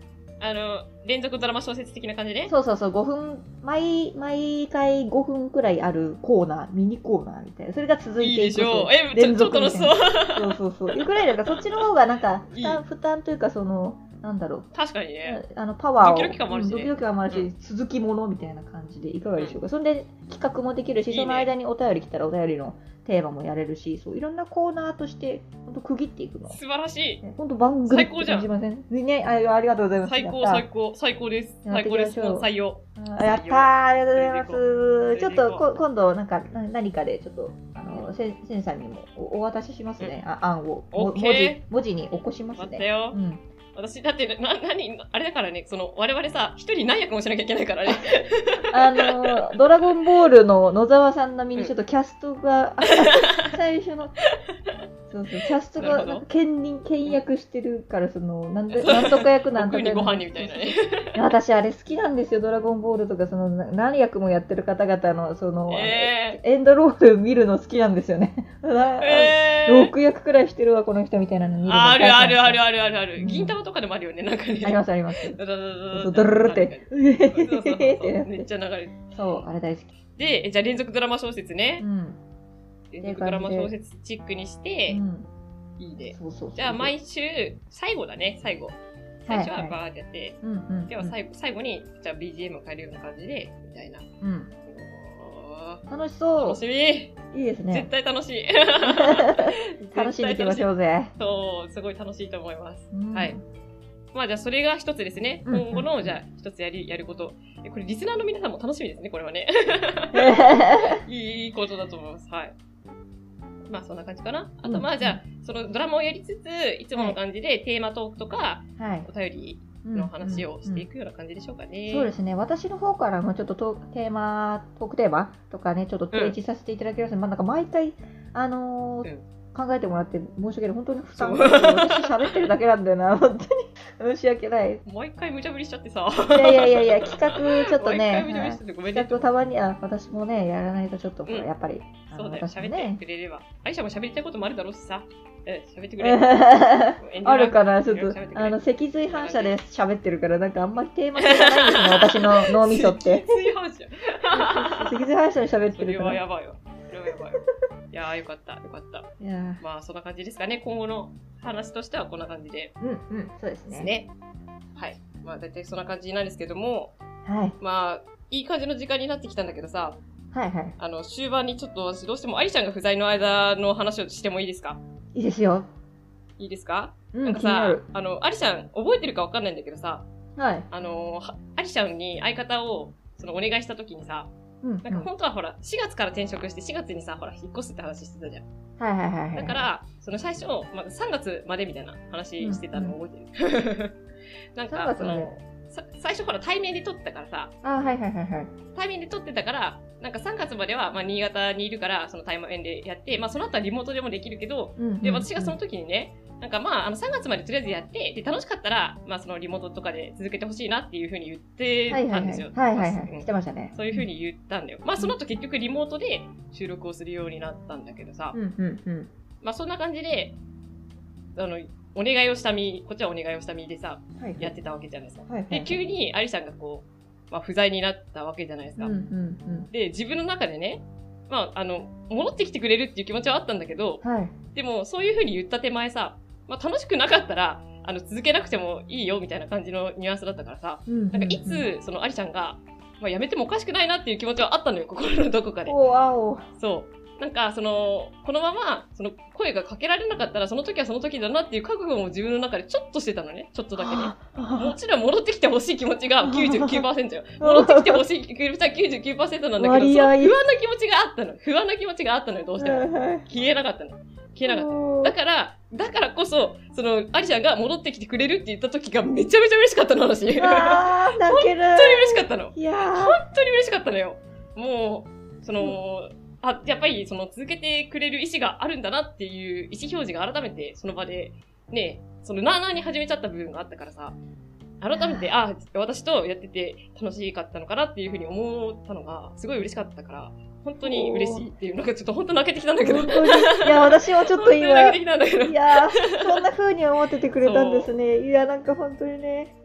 Speaker 1: あの、連続ドラマ小説的な感じね。
Speaker 3: そうそうそう、5分、毎、毎回5分くらいあるコーナー、ミニコーナーみたいな、それが続い
Speaker 1: いい
Speaker 3: て
Speaker 1: で
Speaker 3: いく
Speaker 1: しょう
Speaker 3: と。。
Speaker 1: え、ちょ
Speaker 3: 連
Speaker 1: っと
Speaker 3: 続
Speaker 1: 楽
Speaker 3: み
Speaker 1: した
Speaker 3: い
Speaker 1: そ
Speaker 3: な
Speaker 1: う。
Speaker 3: そうそうそう。いうくらいだから、そっちの方がなんか、負
Speaker 1: い
Speaker 3: 担、負担というか、その、なんだろう、
Speaker 1: 確かにね。
Speaker 3: あの、パワーを、
Speaker 1: ドキドキ感もあるしね
Speaker 3: うんドキドキ感もあるし
Speaker 1: うん
Speaker 3: 続きものみたいな感じで、いかがでしょうか。そんで、企画もできるし、
Speaker 1: いいね
Speaker 3: その間にお便り来たらお便りのテーマもやれるし、そう、いろんなコーナーとして、ほんと区切っていくの。
Speaker 1: 素晴らしい。
Speaker 3: ねほんと番組
Speaker 1: 最高じゃん
Speaker 3: って感ませんねねあ。ありがとうございます。
Speaker 1: 最
Speaker 3: や
Speaker 1: 高、
Speaker 3: った
Speaker 1: 最高、最高です。
Speaker 3: やっ
Speaker 1: 最
Speaker 3: てい
Speaker 1: 高
Speaker 3: き
Speaker 1: で
Speaker 3: ましょう
Speaker 1: す。採用。
Speaker 3: あやったーありがとうございます
Speaker 1: 全
Speaker 3: ち
Speaker 1: 然
Speaker 3: ょっ
Speaker 1: 行こう
Speaker 3: とこ今度なんかな何かでちょっとあのせんせんさんにもおお渡ししますね、あ案をも
Speaker 1: オッ
Speaker 3: 文
Speaker 1: ケ
Speaker 3: 字文字に起こします
Speaker 1: 待った
Speaker 3: ね
Speaker 1: よ
Speaker 3: う。ん、
Speaker 1: 私、だって、な、なに、あれだからね、その、我々さ、一人何役もしなきゃいけないからね。
Speaker 3: あのドラゴンボールの野沢さん並みにちょっとキャス トが、最初のそうそうキャスト
Speaker 1: なる
Speaker 3: が
Speaker 1: ほど
Speaker 3: なんか兼任兼役してるからそのなんでなんとか役なんと
Speaker 1: 僕
Speaker 3: か
Speaker 1: に
Speaker 3: 役
Speaker 1: ご飯にみたいなね。
Speaker 3: 私あれ好きなんですよドラゴンボールとかそのな何役もやってる方々のその、
Speaker 1: え
Speaker 3: エンドロール見るの好きなんですよね。
Speaker 1: ー。えー。
Speaker 3: 6役くらいしてるわ、この人みたいなの見るの
Speaker 1: あるあるある
Speaker 3: あ
Speaker 1: あるあるある。
Speaker 3: うん
Speaker 1: 銀玉とかでもあるよね、なんかね。
Speaker 3: りますあります。
Speaker 1: ドド
Speaker 3: そうドルルルっ
Speaker 1: なんか
Speaker 3: て
Speaker 1: ね。
Speaker 3: うえへへ
Speaker 1: そうそうそう
Speaker 3: へへっ
Speaker 1: そう
Speaker 3: て
Speaker 1: めっちゃ流れる。
Speaker 3: そう、あれ大好き。
Speaker 1: で、えじゃあ連続ドラマ小説ね
Speaker 3: う。ん。
Speaker 1: 連続ドラマ小説チックにして、
Speaker 3: うん
Speaker 1: いいね。
Speaker 3: そうそうそう。
Speaker 1: じゃあ毎週、最後だね、最後。最初はバーってやって、
Speaker 3: うんうん。
Speaker 1: では最後最後に、じゃあ BGM を変えるような感じで、みたいな。
Speaker 3: うん。
Speaker 1: お
Speaker 3: 楽し
Speaker 1: ー
Speaker 3: そ
Speaker 1: 楽しみ、
Speaker 3: う。いいで
Speaker 1: 絶
Speaker 3: すね。。
Speaker 1: 対楽しい
Speaker 3: 楽しんでいきまし
Speaker 1: う。
Speaker 3: ょうぜ。
Speaker 1: そう、すごい楽しいと思います。
Speaker 3: うん
Speaker 1: はい。まあじゃあそれが一つですね。
Speaker 3: うん
Speaker 1: 今後の、じゃあ一つやり、やること。えこれリスナーの皆さんも楽しみですね、これは ね。いいことだと思います。はい。まあそんな感じかな。あ
Speaker 3: う
Speaker 1: と
Speaker 3: ん
Speaker 1: まあじゃあ、そのドラマをやりつつ、いつもの感じでテーマトークとか、
Speaker 3: はい
Speaker 1: お。便り
Speaker 3: うん
Speaker 1: の話をしてい
Speaker 3: うん
Speaker 1: くような感じでしょうかね。
Speaker 3: そうですね私の方からもちょっとトークテーマトークテーマとかねちょっと提示させていただきます、まあ、なんか毎回、あのー
Speaker 1: うん
Speaker 3: 考えてもらって申し訳ない本当に負担
Speaker 1: そう
Speaker 3: 私喋ってるだけなんだ よな本当に申し訳ない
Speaker 1: 毎回無茶ぶりしちゃってさ。
Speaker 3: いやいやいやいや企画ちょっと
Speaker 1: 毎回
Speaker 3: ね
Speaker 1: 無茶ぶりしちゃってごめんね。
Speaker 3: 企画たまには私もねやらないとちょっとほら
Speaker 1: うん
Speaker 3: やっぱり、あの
Speaker 1: そうだよ、
Speaker 3: 私も
Speaker 1: 喋って
Speaker 3: ね
Speaker 1: くれれば。アイシャも喋りたいこともあるだろうしさ。え、喋ってく れ。
Speaker 3: あ
Speaker 1: 遠慮なく
Speaker 3: るかなちょっ
Speaker 1: 喋
Speaker 3: と
Speaker 1: てくれ
Speaker 3: あの脊髄反射で喋ってるからなんかあんまりテーマ性がないんですね私の脳みそ って。
Speaker 1: 水反射。
Speaker 3: 脊髄反射で喋っ
Speaker 1: そ
Speaker 3: てる
Speaker 1: れ
Speaker 3: か
Speaker 1: は
Speaker 3: ら
Speaker 1: やばいわ。それはやばいわ。いやー、よかった、よかった。
Speaker 3: いや
Speaker 1: まあ、そんな感じですかね。今後の話としてはこんな感じで
Speaker 3: ーうんうんそうです
Speaker 1: で
Speaker 3: ね
Speaker 1: すね。はい。まあ大体そんな感じなんですけども、
Speaker 3: はい。
Speaker 1: まあ、いい感じの時間になってきたんだけどさ、
Speaker 3: はいはい。
Speaker 1: あの、終盤にちょっと私どうしてもアリちゃんが不在の間の話をしてもいいですか
Speaker 3: いいですよ。
Speaker 1: いいですか、
Speaker 3: う、
Speaker 1: なんん
Speaker 3: 気
Speaker 1: か
Speaker 3: にな
Speaker 1: さ
Speaker 3: る。、
Speaker 1: あの、アリちゃん覚えてるかわかんないんだけどさ、
Speaker 3: はい。
Speaker 1: あの、はアリちゃんに相方をそのお願いした時にさ、
Speaker 3: うん。うん
Speaker 1: なんか本当はほら、4月から転職して4月にさ、ほら、引っ越すって話してたじゃん。
Speaker 3: はいはいはいはい。
Speaker 1: だか、ら、その最初、まあ、3月までみたいな話してたの覚えてる。 なん
Speaker 3: 3
Speaker 1: か、
Speaker 3: 月
Speaker 1: そ
Speaker 3: まで
Speaker 1: の、。さ最初ほら、対面で撮ってたからさ、
Speaker 3: あ、はいはいはいはい。
Speaker 1: 対面で撮ってたから、なんか3月までは、まあ、新潟にいるから、その対面でやって、まあ、その後はリモートでもできるけど、
Speaker 3: うんうん。
Speaker 1: で、私がその時にね、なんかまあ、あの、3月までとりあえずやって、で、楽しかったら、まあ、そのリモートとかで続けてほしいなっていうふうに言って
Speaker 3: はいは
Speaker 1: た
Speaker 3: い
Speaker 1: ん
Speaker 3: は
Speaker 1: ですよ
Speaker 3: い。。はいはいは
Speaker 1: う
Speaker 3: い。
Speaker 1: ん
Speaker 3: してましたね。
Speaker 1: そういうふうに言ったんだよ。まあ、その後結局リモートで収録をするようになったんだけどさ、
Speaker 3: うんうんうん。
Speaker 1: まあ、そんな感じで、あの、お願いをした身、こっちはお願いをした身でさ、
Speaker 3: はいはい。
Speaker 1: やってたわけじゃないですか。
Speaker 3: はいはいはい。
Speaker 1: で、急にアリさんがこう、まあ、不在になったわけじゃないです
Speaker 3: うん
Speaker 1: か。
Speaker 3: うんうん。
Speaker 1: で、自分の中でね、まあ、あの、戻ってきてくれるっていう気持ちはあったんだけど、
Speaker 3: はい。
Speaker 1: でも、そういうふうに言った手前さ、まあ、楽しくなかったら、あの、続けなくてもいいよ、みたいな感じのニュアンスだったからさ、な
Speaker 3: な
Speaker 1: んか、いつ、その、アリちゃんが、まあ、やめてもおかしくないなっていう気持ちはあったのよ、心のどこかで。
Speaker 3: おあお。
Speaker 1: そう。なんか、その、このまま、その、声がかけられなかったら、その時はその時だなっていう覚悟も自分の中でちょっとしてたのね、ちょっとだけね。もちろん戻ってきてほしい気持ち が99%よ。戻ってきてほしい気持ちは99%なんだけど、
Speaker 3: 割
Speaker 1: そ
Speaker 3: 合
Speaker 1: の不安な気持ちがあったの。不安な気持ちがあったのよ、どうしても。消えなかったの。消えなかっ。
Speaker 3: った
Speaker 1: だから、だからこそ、その、アリちゃんが戻ってきてくれるって言った時がめちゃめちゃ嬉しかったの、私。本
Speaker 3: あー、泣ける。
Speaker 1: 当に嬉しかったの。
Speaker 3: いや
Speaker 1: 本当に嬉しかったのよ。もう、その、あ、やっぱり、その、続けてくれる意思があるんだなっていう意思表示が改めて、その場で、ね、その、なあなあに始めちゃった部分があったからさ、改めて、あ、私とやってて楽しかったのかなっていうふうに思ったのが、すごい嬉しかったから、本当に嬉しいっていう、なんかちょっと本当泣けてきたんだ
Speaker 3: ー。
Speaker 1: けど。
Speaker 3: 本当に。いや、私もちょ
Speaker 1: 本
Speaker 3: っと
Speaker 1: 当に
Speaker 3: 今
Speaker 1: 泣けて。きたんだけど
Speaker 3: い。やー、そんな風に思っててくれたんですね。いや、なんか本当にね、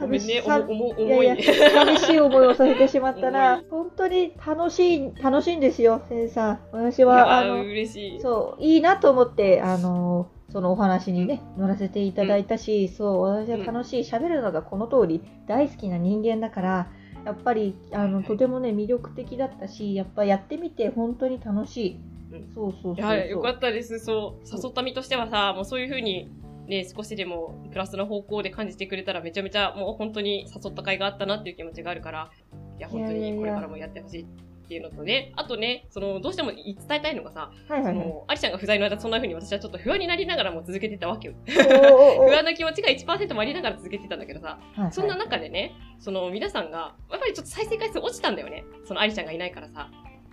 Speaker 1: ごめんね、
Speaker 3: 寂し
Speaker 1: 重重
Speaker 3: い
Speaker 1: 重
Speaker 3: や
Speaker 1: い
Speaker 3: い
Speaker 1: ね。
Speaker 3: や、寂しい思いをさせてしまった
Speaker 1: う
Speaker 3: ら、本当に楽しい、楽しいんですよ、先生さん。私
Speaker 1: い
Speaker 3: は、
Speaker 1: や
Speaker 3: あの、
Speaker 1: 嬉しい。
Speaker 3: そう、いいなと思って、あの、そのお話にね、乗らせていただいたし、そう、私は楽しい、喋るのがこの通り、大好きな人間だから、やっぱり、あの、とてもね、魅力的だったし、やっぱやってみて、本当に楽しい。
Speaker 1: うん
Speaker 3: そうそうそう
Speaker 1: い
Speaker 3: そう。
Speaker 1: や、よかったです。そう、誘った身としてはさ、もうそういうふうに、ね、少しでもプラスの方向で感じてくれたらめちゃめちゃもう本当に誘った甲斐があったなっていう気持ちがあるから、いや、本当
Speaker 3: いやいやい
Speaker 1: に
Speaker 3: や
Speaker 1: これからもやってほしいっていうのとね、あとね、その、どうしても伝えたいのがさ、
Speaker 3: はいは
Speaker 1: そ
Speaker 3: いはい。
Speaker 1: の、アリちゃんが不在の間そんなふうに私はちょっと不安になりながらも続けてたわ けよ。
Speaker 3: おーおーお
Speaker 1: 不
Speaker 3: ー
Speaker 1: 安な気持ちが1%もありながら続けてたんだけどさ、
Speaker 3: はいはい
Speaker 1: そんな中でね、その皆さんが、やっぱりちょっと再生回数落ちたんだよね。そのアリちゃんがいないからさ。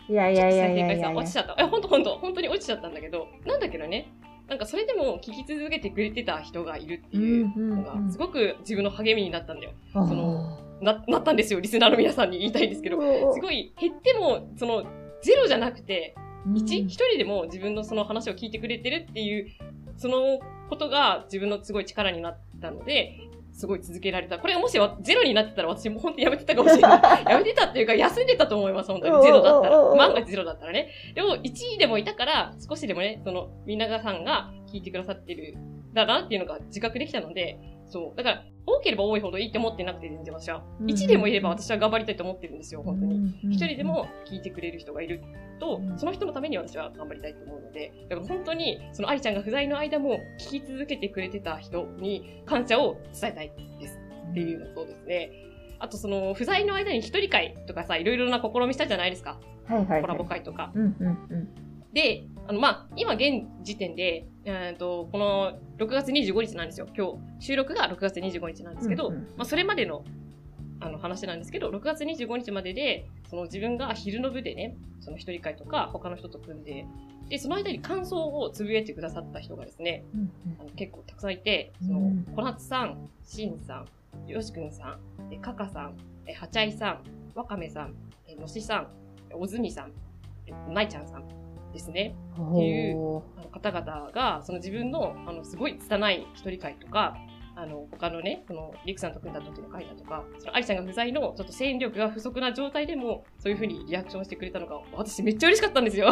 Speaker 3: いやい
Speaker 1: ちょっ
Speaker 3: や
Speaker 1: と再
Speaker 3: いや
Speaker 1: 生
Speaker 3: いや
Speaker 1: 回
Speaker 3: い
Speaker 1: 数
Speaker 3: や
Speaker 1: は落ちちゃった。え、ほんとほんと、本当に落ちちゃったんだけど、なんだけどね、なんかそれでも聞き続けてくれてた人がいるっていうの
Speaker 3: うんうんう
Speaker 1: が、
Speaker 3: ん
Speaker 1: すごく自分の励みになったんだよ。
Speaker 3: そ
Speaker 1: のな、なったんですよ、リスナーの皆さんに言いたいんですけど、すごい減っても、その、ゼロじゃなくて、一、一人でも自分のその話を聞いてくれてるっていう、そのことが自分のすごい力になったので、すごい続けられた。これがもしわゼロになってたら私も本当にやめてたかもしれない。やめてたっていうか休んでたと思います、本当に。ゼロだった
Speaker 3: おうおうおうお
Speaker 1: ら。
Speaker 3: う
Speaker 1: 万が一ゼロだったらね。でも1位でもいたから、少しでもね、その、みんながさんが聞いてくださってる、だなっていうのが自覚できたので、そう。だから、多ければ多いほどいいって思ってなくて、全然私は。1でもいれば私は頑張りたいと思ってるんですよ、本当に。一人でも聞いてくれる人がいると
Speaker 3: う、ん
Speaker 1: その人のために私は頑張りたいと思うので、だから本当に、その愛ちゃんが不在の間も聞き続けてくれてた人に感謝を伝えたいですっていうのとですね、あとその不在の間に一人会とかさ、いろいろな試みしたじゃないですか、
Speaker 3: はいはいはい
Speaker 1: コラボ会とか。
Speaker 3: うんうん
Speaker 1: で、あの、まあ、今現時点で、えーと、この6月25日なんですよ、今日。収録が6月25日なんですけど、
Speaker 3: うんうん
Speaker 1: まあ、それまでの、あの話なんですけど、6月25日までで、その自分が昼の部でね、その一人会とか他の人と組んで、で、その間に感想をつぶやいてくださった人がですね、
Speaker 3: うん
Speaker 1: あの結構たくさんいて、そうの
Speaker 3: ん、
Speaker 1: 小夏さん、しんさん、よしくんさん、えかかさん、えはちゃいさん、わかめさん、えのしさん、えおずみさん、えないちゃんさんですね。
Speaker 3: うん
Speaker 1: っていう
Speaker 3: ほ
Speaker 1: あの方々が、その自分の、あの、すごい拙い一人会とか、ああの、他のね、この、リクさんと組んだ時の会だとか、その、アリさんが不在の、ちょっと戦力が不足な状態でも、そういうふうにリアクションしてくれたのが、私めっちゃ嬉しかったんですよ。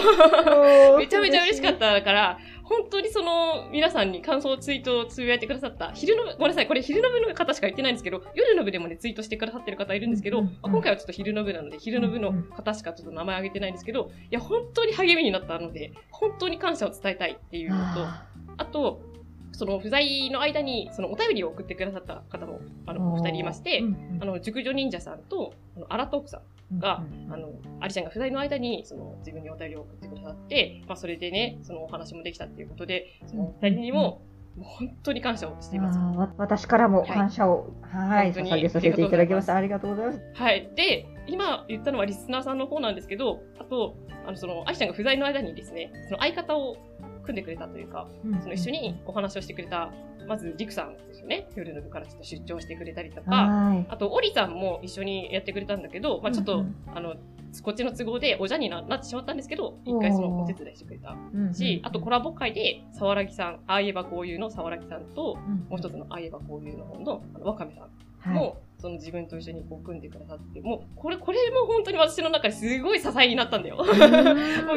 Speaker 1: めちゃめちゃ嬉しかったから、本当にその、皆さんに感想をツイートをつぶやいてくださった、昼の部、ごめんなさい、これ昼の部の方しか言ってないんですけど、夜の部でもね、ツイートしてくださってる方いるんですけど、
Speaker 3: うんうん
Speaker 1: まあ今回はちょっと昼の部なので、昼の部の方しかちょっと名前挙げてないんですけど、いや、本当に励みになったので、本当に感謝を伝えたいっていうのと、
Speaker 3: あ
Speaker 1: あと、その不在の間に、そのお便りを送ってくださった方も、あの、お二人いまし
Speaker 3: ー
Speaker 1: て
Speaker 3: う、ん
Speaker 1: あの、熟女忍者さんと、あの、アラトークさん
Speaker 3: うん
Speaker 1: が
Speaker 3: うんうん
Speaker 1: あの、アリちゃんが不在の間に、その、自分にお便りを送ってくださって、まあ、それでね、そのお話もできたっていうことで、その、二人にも、もう本当に感謝をしています。
Speaker 3: あーわ私からも感謝を、はい、
Speaker 1: 本当に
Speaker 3: 捧げさせていただきました。ありがとうございます。
Speaker 1: はい。で、今言ったのはリスナーさんの方なんですけど、あと、あの、その、アリちゃんが不在の間にですね、その相方を組んでくれたというか、その一緒にお話をしてくれた、まず、リクさんですよね。夜の部からちょっと出張してくれたりとか、
Speaker 3: はい。
Speaker 1: あと、オリさんも一緒にやってくれたんだけど、まあ、ちょっと、
Speaker 3: うん
Speaker 1: あの、こっちの都合でおじゃにななってしまったんですけど、一回そのお手伝いしてくれた
Speaker 3: うん
Speaker 1: し、あとコ
Speaker 3: れ、
Speaker 1: ラボ会で、さわらぎさん、ああ言えばこういうのさわらぎさんと、
Speaker 3: ん
Speaker 1: もう一つのああ言えばこういうの方のあのわかめさん
Speaker 3: は
Speaker 1: も、
Speaker 3: い
Speaker 1: その自分と一緒にこう組んでくださって、もう、これ、これも本当に私の中ですごい支えになったんだよ。 もう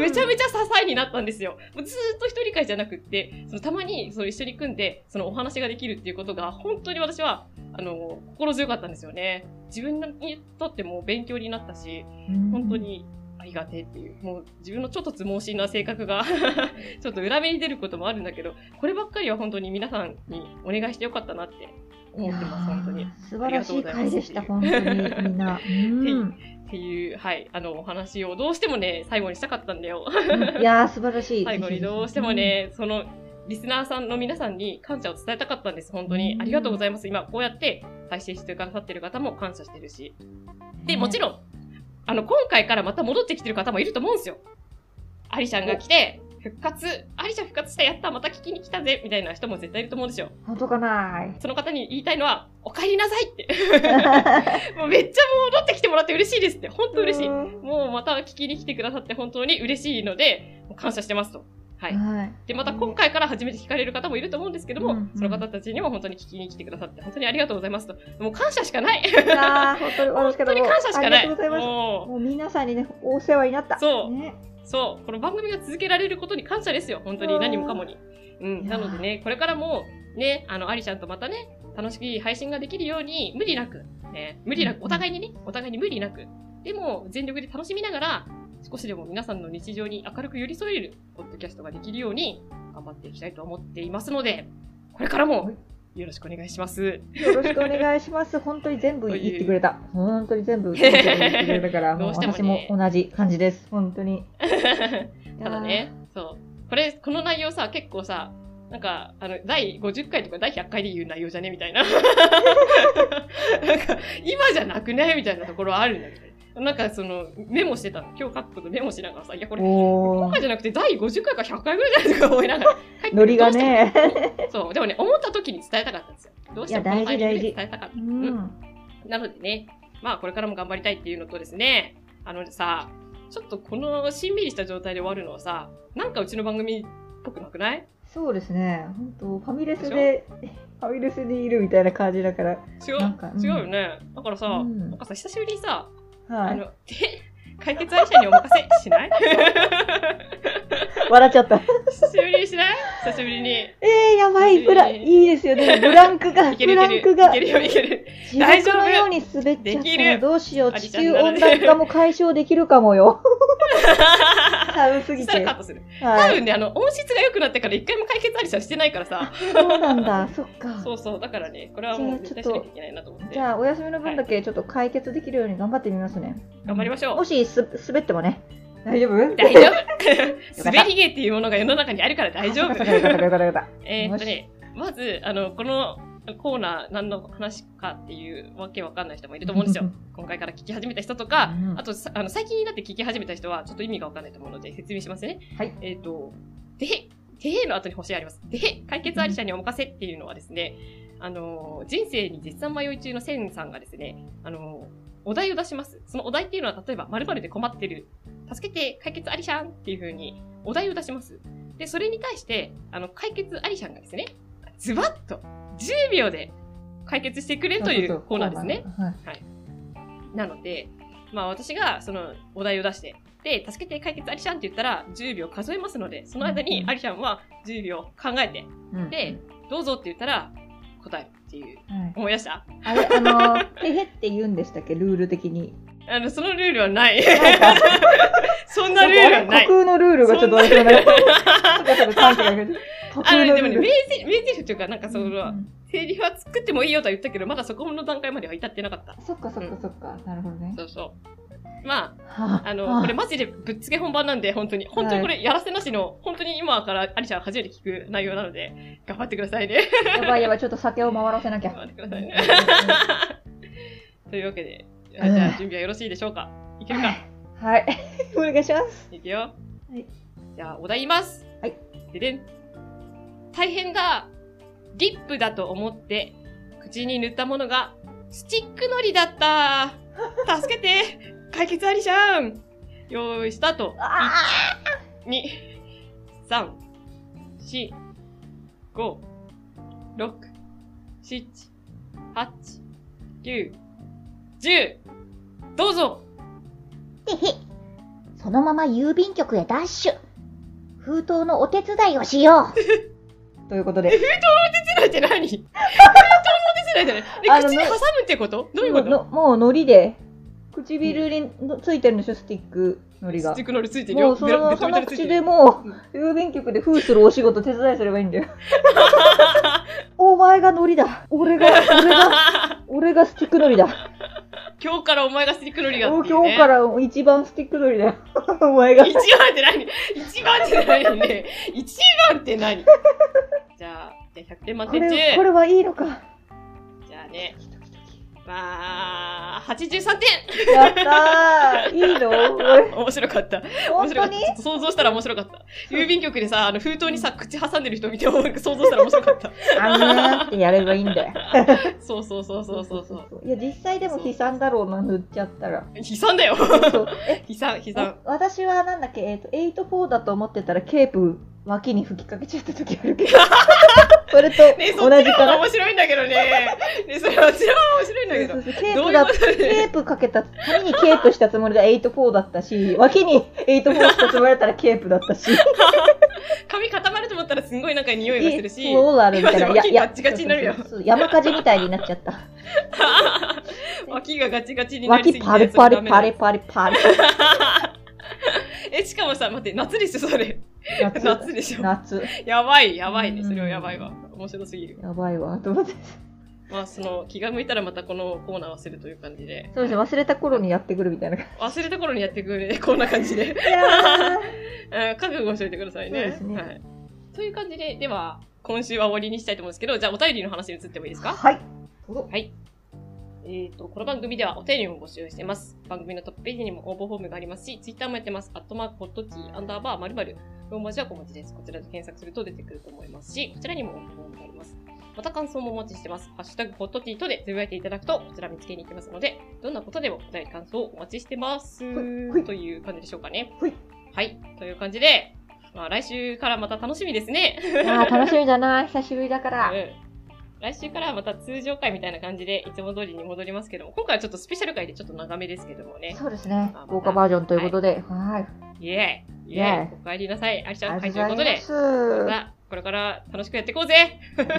Speaker 1: めちゃめちゃ支えになったんですよ。もうずーっと一人会じゃなくって、そのたまにその一緒に組んで、そのお話ができるっていうことが、本当に私は、あの、心強かったんですよね。自分にとっても勉強になったし、本当。にありがてえっていう、もう自分のちょっとつ盲信な性格が、 ちょっと裏目に出ることもあるんだけど、こればっかりは本当に皆さんにお願いしてよかったなって
Speaker 3: い
Speaker 1: 思
Speaker 3: や
Speaker 1: ってます、本当に。
Speaker 3: ー素晴らしい
Speaker 1: ありがとうございます
Speaker 3: 回でした、本当にみ んな。うん
Speaker 1: っていう、はい、あの、お話をどうしてもね、最後にしたかったんだ よ。
Speaker 3: うんいやー、素晴らしい。
Speaker 1: 最後にどうしてもね、そのリスナーさんの皆さんに感謝を伝えたかったんです。本当に
Speaker 3: うん
Speaker 1: ありがとうございます。今こうやって再生してくださってる方も感謝してるし。
Speaker 3: うん、
Speaker 1: で、もち
Speaker 3: ろん。
Speaker 1: ろん、あの、今回からまた戻ってきてる方もいると思うんですよ。アリちゃんが来て、復活、アリちゃん復活した、やった、また聞きに来たぜ、みたいな人も絶対いると思うんですよ。
Speaker 3: 本当かなーい
Speaker 1: その方に言いたいのは、お帰りなさいって。 もうめっちゃ戻ってきてもらって嬉しいですって。本当 嬉しい。
Speaker 3: は
Speaker 1: もうまた聞きに来てくださって本当に嬉しいので、もう感謝してますと。はい。
Speaker 3: い。
Speaker 1: で、また今回から初めて聞かれる方もいると思うんですけども、
Speaker 3: うんうん
Speaker 1: その方たちにも本当に聞きに来てくださって、本当にありがとうございますと。もう感謝しかない。
Speaker 3: いやー本当に
Speaker 1: 本当に感謝しかない。
Speaker 3: ありがとうございます。
Speaker 1: も
Speaker 3: もう皆さんにね、お世話になった。
Speaker 1: そう
Speaker 3: ね、
Speaker 1: う、そう、この番組が続けられることに感謝ですよ。本当に何もかもに。うん。
Speaker 3: いや
Speaker 1: な
Speaker 3: ー
Speaker 1: のでね、これからも、ね、あの、ありちゃんとまたね、楽しい配信ができるように、無理なく、ね、無理なく、お互いにね、お互いに無理なく、でも、全力で楽しみながら、少しでも皆さんの日常に明るく寄り添える、ポッドキャストができるように、頑張っていきたいと思っていますので、これからも、よろしくお願いします。
Speaker 3: よろしくお願いします。本当に全部言ってくれた。本当に 全部
Speaker 1: へへへ
Speaker 3: 言ってくれたから、もう
Speaker 1: どうして
Speaker 3: 私
Speaker 1: も
Speaker 3: も
Speaker 1: ね
Speaker 3: 同じ感じです。本当に。
Speaker 1: ただね、そう。これ、この内容さ、結構さ、なんか、あの、第50回とか第100回で言う内容じゃねみた いな。なんか、今じゃなくねみたいなところはあるんだけど。なんか、その、メモしてたの。今日書くことメモしながらさ、いや、こ
Speaker 3: いやー。
Speaker 1: れ、
Speaker 3: お
Speaker 1: 今
Speaker 3: ー
Speaker 1: 回じゃなくて第50回か100回ぐらいじゃないとか思いながら。
Speaker 3: ノリがね。
Speaker 1: そう。でもね、思った時に伝えたかったんですよ。どうしてもこ
Speaker 3: いや
Speaker 1: のタイミング
Speaker 3: 大事大
Speaker 1: で
Speaker 3: 事
Speaker 1: 伝えたかった。
Speaker 3: う
Speaker 1: うん
Speaker 3: ん。
Speaker 1: なのでね、まあこれからも頑張りたいっていうのとですね、あのさ、ちょっとこのしんみりした状態で終わるのはさ、なんかうちの番組っぽくなくない
Speaker 3: そうですね。本当ファミレスで、 ファミレスにいるみたいな感じだから。
Speaker 1: 違う
Speaker 3: なんかう、ん
Speaker 1: 違うよね。だからさ、
Speaker 3: うん
Speaker 1: なんかさ、久しぶりにさ、
Speaker 3: は
Speaker 1: あ
Speaker 3: い。
Speaker 1: の、 て解決愛者にお任せしない
Speaker 3: 笑っちゃった。
Speaker 1: 久しぶりにしない久しぶりに。
Speaker 3: えー、やばい。ブラ、いいですよね。ブランクが、
Speaker 1: いけ
Speaker 3: ブ
Speaker 1: る
Speaker 3: ラ
Speaker 1: いけ
Speaker 3: ンク
Speaker 1: る。い
Speaker 3: が
Speaker 1: け。るよ、いけ る。
Speaker 3: 地獄のように滑っちゃっ
Speaker 1: でき
Speaker 3: たら
Speaker 1: る
Speaker 3: どうしよう。
Speaker 1: あり
Speaker 3: 地
Speaker 1: ちゃん
Speaker 3: 球
Speaker 1: なら
Speaker 3: 温
Speaker 1: ね
Speaker 3: 暖化も解消できるかもよ。寒す
Speaker 1: そ
Speaker 3: ぎ
Speaker 1: した
Speaker 3: て。
Speaker 1: らカッ
Speaker 3: は
Speaker 1: トする。多
Speaker 3: い。
Speaker 1: 分ね、あの、音質が良くなってから一回も解決愛者してないからさ。
Speaker 3: そうな んだ。そっか。
Speaker 1: そうそう、だからね、これはもう絶対しなきゃいけないなと思って
Speaker 3: じ。ゃあお休みの分だけちょっと解決できるように頑張ってみますね。
Speaker 1: 頑張りましょう
Speaker 3: もしす滑ってもね。大丈夫 大
Speaker 1: 大丈夫 滑り芸っていうものが世の中にあるから大丈
Speaker 3: よ
Speaker 1: 夫
Speaker 3: かった。よかったよかったよかっ
Speaker 1: えーっとね、まず、あの、このコーナー何の話かっていうわけわかんない人もいると思うんです
Speaker 3: う
Speaker 1: よ
Speaker 3: ん。
Speaker 1: 今回から聞き始めた人とか
Speaker 3: う、ん
Speaker 1: あとさ、あの、最近になって聞き始めた人は、ちょっと意味がわかんないと思うので説明しますね。
Speaker 3: はい
Speaker 1: えーっと、でへ、でへの後に星あります。でへ、解決あり者にお任せっていうのはですね、あの、人生に絶賛迷い中のセンさんがですね、あの、お題を出します。そのお題っていうのは、例えば、〇〇で困ってる。助けて、解決ありしゃんっていうふうに、お題を出します。で、それに対して、あの、解決ありしゃんがですね、ズバッと、10秒で解決してくれ とい
Speaker 3: そうそ
Speaker 1: コーナーですね。。
Speaker 3: はい。
Speaker 1: なので、まあ私がそのお題を出して、で、助けて解決アリシャンって言ったら10秒数えますので、その間
Speaker 3: う
Speaker 1: に
Speaker 3: ん
Speaker 1: アリシャンは10秒考えて、
Speaker 3: うん
Speaker 1: で、どうぞって言ったら答えるっていう。
Speaker 3: はい、
Speaker 1: 思い出した
Speaker 3: あれ、あの、へへって言うんでしたっけ、ルール的に。
Speaker 1: あの、そのルールは ない。
Speaker 3: なんか、
Speaker 1: そんなルールはない。
Speaker 3: 架空のルールがちょっと私もね、
Speaker 1: あ
Speaker 3: ちょっと勘違いが出て架
Speaker 1: の、
Speaker 3: 空の
Speaker 1: で
Speaker 3: ル
Speaker 1: も
Speaker 3: ー
Speaker 1: ね、
Speaker 3: ル
Speaker 1: 名。人、名人っていうか、なんかそ
Speaker 3: うんう
Speaker 1: の、
Speaker 3: ん
Speaker 1: セリフは作ってもいいよとは言ったけど、まだそこの段階までは至ってなかった。
Speaker 3: そっかそっかそっか、なるほどね。
Speaker 1: そうそう。まあ、
Speaker 3: は
Speaker 1: あの、
Speaker 3: は
Speaker 1: これマジでぶっつけ本番なんで、本当に。本当にこれやらせなしの、本当に今からアリシャ初めて聞く内容なので、頑張ってください ね。
Speaker 3: やばいやばい、ちょっと酒を回らせなき
Speaker 1: 頑張
Speaker 3: ゃ。
Speaker 1: ってくださいね。というわけで、じゃあ
Speaker 3: うん
Speaker 1: 準備はよろしいでしょうかいけるか
Speaker 3: はい。お願いします。
Speaker 1: いくよ。
Speaker 3: はい
Speaker 1: じゃあ、お題言います。
Speaker 3: はい。
Speaker 1: ででん。大変だ。リップだと思って、口に塗ったものが、スティックのりだ った。助けて。解決ありじゃん。用意スタート。
Speaker 3: あ
Speaker 1: 2、3、4、5、6、7、8、9、10。どうぞ。
Speaker 4: てへ。そのまま郵便局へダッシュ。封筒のお手伝いをしよう。
Speaker 3: ーということで、
Speaker 1: 手伝いって何 本当の手伝いって
Speaker 3: あ
Speaker 1: 何
Speaker 3: の
Speaker 1: 口に
Speaker 3: ね
Speaker 1: 挟むってことどういうこと
Speaker 3: のもう海苔で、唇にのついてるんでしょ、スティック海苔
Speaker 1: ス
Speaker 3: が
Speaker 1: ティ。ックのりついてる
Speaker 3: も
Speaker 1: よ。
Speaker 3: うそ
Speaker 1: ベロ
Speaker 3: の
Speaker 1: ベト
Speaker 3: そ
Speaker 1: ベト
Speaker 3: の
Speaker 1: について
Speaker 3: 口
Speaker 1: る
Speaker 3: でもう、郵便局で封するお仕事手伝いすればいいん だよ。お前が海苔だ。俺が、俺が、俺がスティック海苔だ。
Speaker 1: 今日からお前がスティックのりが
Speaker 3: 今
Speaker 1: っていう、ね。
Speaker 3: 日から一番スティック取りだよ。お前が。
Speaker 1: 一番って何一番って何ね。一番って何じゃあ、じゃあ100点満
Speaker 3: こ
Speaker 1: 点中。
Speaker 3: れこれはいいのか。
Speaker 1: じゃあね。まあ、83点
Speaker 3: やったー。いいの俺
Speaker 1: 面白かった。面
Speaker 3: 本
Speaker 1: 白かった。
Speaker 3: 当に
Speaker 1: ちょっと想像したら面白かった。郵便局でさ、あの封筒にさ、口挟んでる人見て 想像したら面白かった。
Speaker 3: あのーってやればいいんだよ。
Speaker 1: そうそうそうそうそうそう。
Speaker 3: う。いや、実際でも悲惨だろうな、塗っちゃった ら。
Speaker 1: 悲惨だよ。
Speaker 3: そうそう。え、
Speaker 1: 悲惨、悲惨
Speaker 3: わ。私はなんだっけ、えっ、と、8-4だと思ってたら、ケープ脇に吹きかけちゃった時あ るけど。それと
Speaker 1: ね、そ
Speaker 3: 同
Speaker 1: っち
Speaker 3: じ
Speaker 1: の
Speaker 3: か
Speaker 1: 方が
Speaker 3: ら。
Speaker 1: 面白いんだけどね。ね、それは、そちらは面白いんだけ
Speaker 3: そ
Speaker 1: ど
Speaker 3: う。そうそうケー
Speaker 1: どう
Speaker 3: プ
Speaker 1: いう
Speaker 3: だ
Speaker 1: こ、と
Speaker 3: ケープかけた、髪にケープしたつもりで8-4だったし、脇に8-4したつもりだったらケープだ ったし。
Speaker 1: 髪固まると思ったらすんごいなんか匂いがするし。
Speaker 3: えそうなるみたいな。
Speaker 1: 今じゃ脇ガチガチになるよ
Speaker 3: そうそうそうそう山火事みたいになっちゃった。
Speaker 1: 脇がガチガチ になりすぎ
Speaker 3: 脇
Speaker 1: て
Speaker 3: パリパリパリ
Speaker 1: そ
Speaker 3: パリパリ。
Speaker 1: れダメだえ、しかもさ、待って、夏でしょ、それ。 夏
Speaker 3: 夏。
Speaker 1: でしょ。
Speaker 3: 夏。
Speaker 1: やばい、やばいね。
Speaker 3: うん
Speaker 1: それはやばいわ。面白すぎる。
Speaker 3: やばいわ。と思って。
Speaker 1: まあ、その、気が向いたらまたこのコーナーはするという感じで。
Speaker 3: そうですね。忘れた頃にやってくるみた いな。い
Speaker 1: 忘れた頃にやってくるね。 こんな感じで。う
Speaker 3: や
Speaker 1: ん覚悟しておいてくださいね。
Speaker 3: そうですね
Speaker 1: はい。という感じで、では、今週は終わりにしたいと思うんですけど、じゃあお便りの話に移ってもいいです
Speaker 3: ー
Speaker 1: か
Speaker 3: はい。
Speaker 1: えっ、と、この番組ではお便りも募集してます。番組のトップページにも応募フォームがありますし、ツイッターもやってます。アットマークホットティーアンダーバー〇〇。ローマ字は小文字です。こちらで検索すると出てくると思いますし、こちらにも応募フォームがあります。また感想もお待ちしてます。ハッシュタグホットティーとでつぶやいていただくと、こちら見つけに行きますので、どんなことでもお便り感想をお待ちしてます。
Speaker 3: ほい
Speaker 1: という感じでしょうかね。
Speaker 3: ほい
Speaker 1: はい。という感じで、まあ来週からまた楽しみですね。
Speaker 3: あー楽しみだな。久しぶりだから。
Speaker 1: うん来週からはまた通常回みたいな感じでいつも通りに戻りますけども今回はちょっとスペシャル回でちょっと長めですけどもね
Speaker 3: そうですね
Speaker 1: あ。
Speaker 3: 豪華バージョンということで。はい。
Speaker 1: イエーイイエ
Speaker 3: イエ
Speaker 1: ーイおかえりなさいアリシャの
Speaker 3: あり
Speaker 1: 会
Speaker 3: が
Speaker 1: というこ
Speaker 3: とう
Speaker 1: と
Speaker 3: ございま。
Speaker 1: ですまたこれから楽しくやっていこうぜ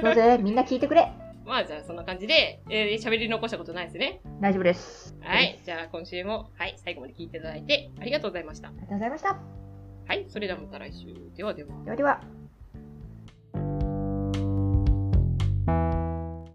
Speaker 3: どうぜ、みんな聞いてくれ。
Speaker 1: まあじゃあそんな感じでえー喋、り残したことないですね
Speaker 3: 大丈夫です。
Speaker 1: はいじゃあ今週もはい最後まで聞いていただいてありがとうございました
Speaker 3: ありがとうございました。
Speaker 1: はいそれではまた来週ではでは
Speaker 3: ではでは。